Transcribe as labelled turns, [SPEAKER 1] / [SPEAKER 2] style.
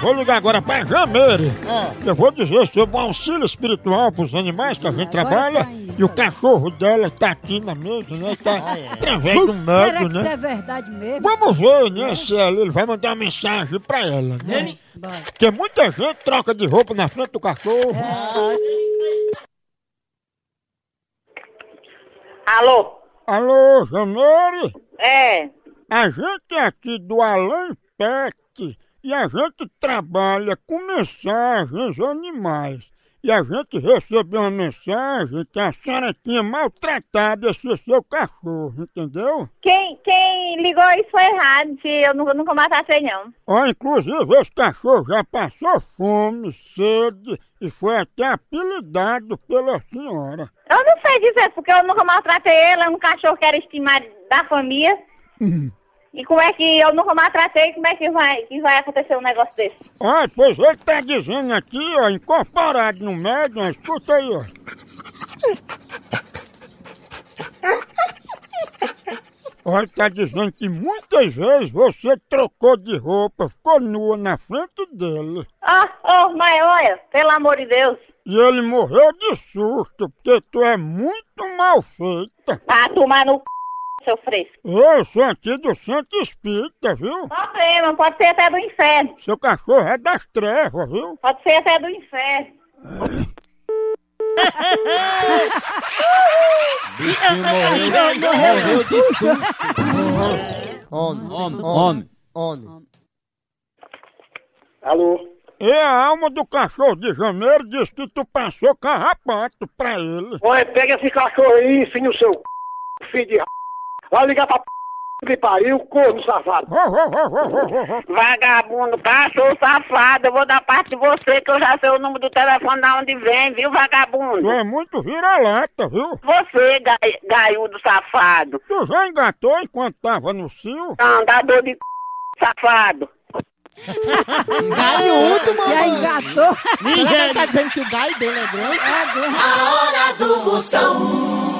[SPEAKER 1] vou ligar agora pra Jameire.
[SPEAKER 2] Ah.
[SPEAKER 1] Eu vou dizer sobre o auxílio espiritual pros animais que a gente
[SPEAKER 2] Agora
[SPEAKER 1] trabalha.
[SPEAKER 2] tá
[SPEAKER 1] E o cachorro dela tá aqui na mesa, né? Tá através do
[SPEAKER 2] Ah, é. Será que
[SPEAKER 1] médico,
[SPEAKER 2] isso
[SPEAKER 1] né?
[SPEAKER 2] é verdade mesmo?
[SPEAKER 1] Vamos ver, né, se ela- ele vai mandar uma mensagem pra ela, né?
[SPEAKER 2] Vai.
[SPEAKER 1] Porque muita gente troca de roupa na frente do cachorro.
[SPEAKER 2] É.
[SPEAKER 3] Alô?
[SPEAKER 1] Alô, Janeiro?
[SPEAKER 3] É.
[SPEAKER 1] A gente é aqui do Alan Pet e a gente trabalha com mensagens animais. E a gente recebeu uma mensagem que a senhora tinha maltratado esse seu cachorro, entendeu?
[SPEAKER 3] Quem, quem ligou isso foi errado. se Eu nunca, nunca matassei, não.
[SPEAKER 1] Ó, inclusive, esse cachorro já passou fome, sede e foi até apelidado pela senhora.
[SPEAKER 3] Eu não sei dizer, porque eu nunca maltratei ele. É um cachorro que era estimado da família. E como é que eu nunca maltratei? Como é que vai, que vai acontecer um negócio desse?
[SPEAKER 1] Ó, pois ele tá dizendo aqui, ó, incorporado no médium, ó, escuta aí, ó. Olha, tá dizendo que muitas vezes você trocou de roupa, ficou nua na frente dele.
[SPEAKER 3] Ah, oh, mas olha, pelo amor de Deus.
[SPEAKER 1] E ele morreu de susto, porque tu é muito mal feita.
[SPEAKER 3] Vá tomar no tá c... seu fresco.
[SPEAKER 1] Eu sou aqui do Santo Espírita, viu?
[SPEAKER 3] Problema, pode ser até do inferno.
[SPEAKER 1] Seu cachorro é das trevas, viu?
[SPEAKER 3] Pode ser até do inferno.
[SPEAKER 4] Morreu de susto. Homem, homem.
[SPEAKER 5] Alô?
[SPEAKER 1] E a alma do cachorro de janeiro disse que tu passou carrapato pra ele.
[SPEAKER 5] Olha, pega esse cachorro aí e enfia o seu c... filho de r... Vai ligar pra p... que pariu, corno safado.
[SPEAKER 1] Ho, ho, ho, ho, ho, ho, ho.
[SPEAKER 3] Vagabundo, cachorro safado, eu vou dar parte de você que eu já sei o número do telefone da onde vem, viu,
[SPEAKER 1] Tu
[SPEAKER 3] vagabundo?
[SPEAKER 1] é muito vira-lata, viu?
[SPEAKER 3] Você, gai- gaiudo safado,
[SPEAKER 1] Tu já engatou enquanto tava no cio?
[SPEAKER 3] andador de c... safado.
[SPEAKER 2] Já
[SPEAKER 4] Gaiudo, mamãe.
[SPEAKER 2] engatou?
[SPEAKER 4] Será que ele tá dizendo que o gai dele é grande?
[SPEAKER 6] A hora do Moção.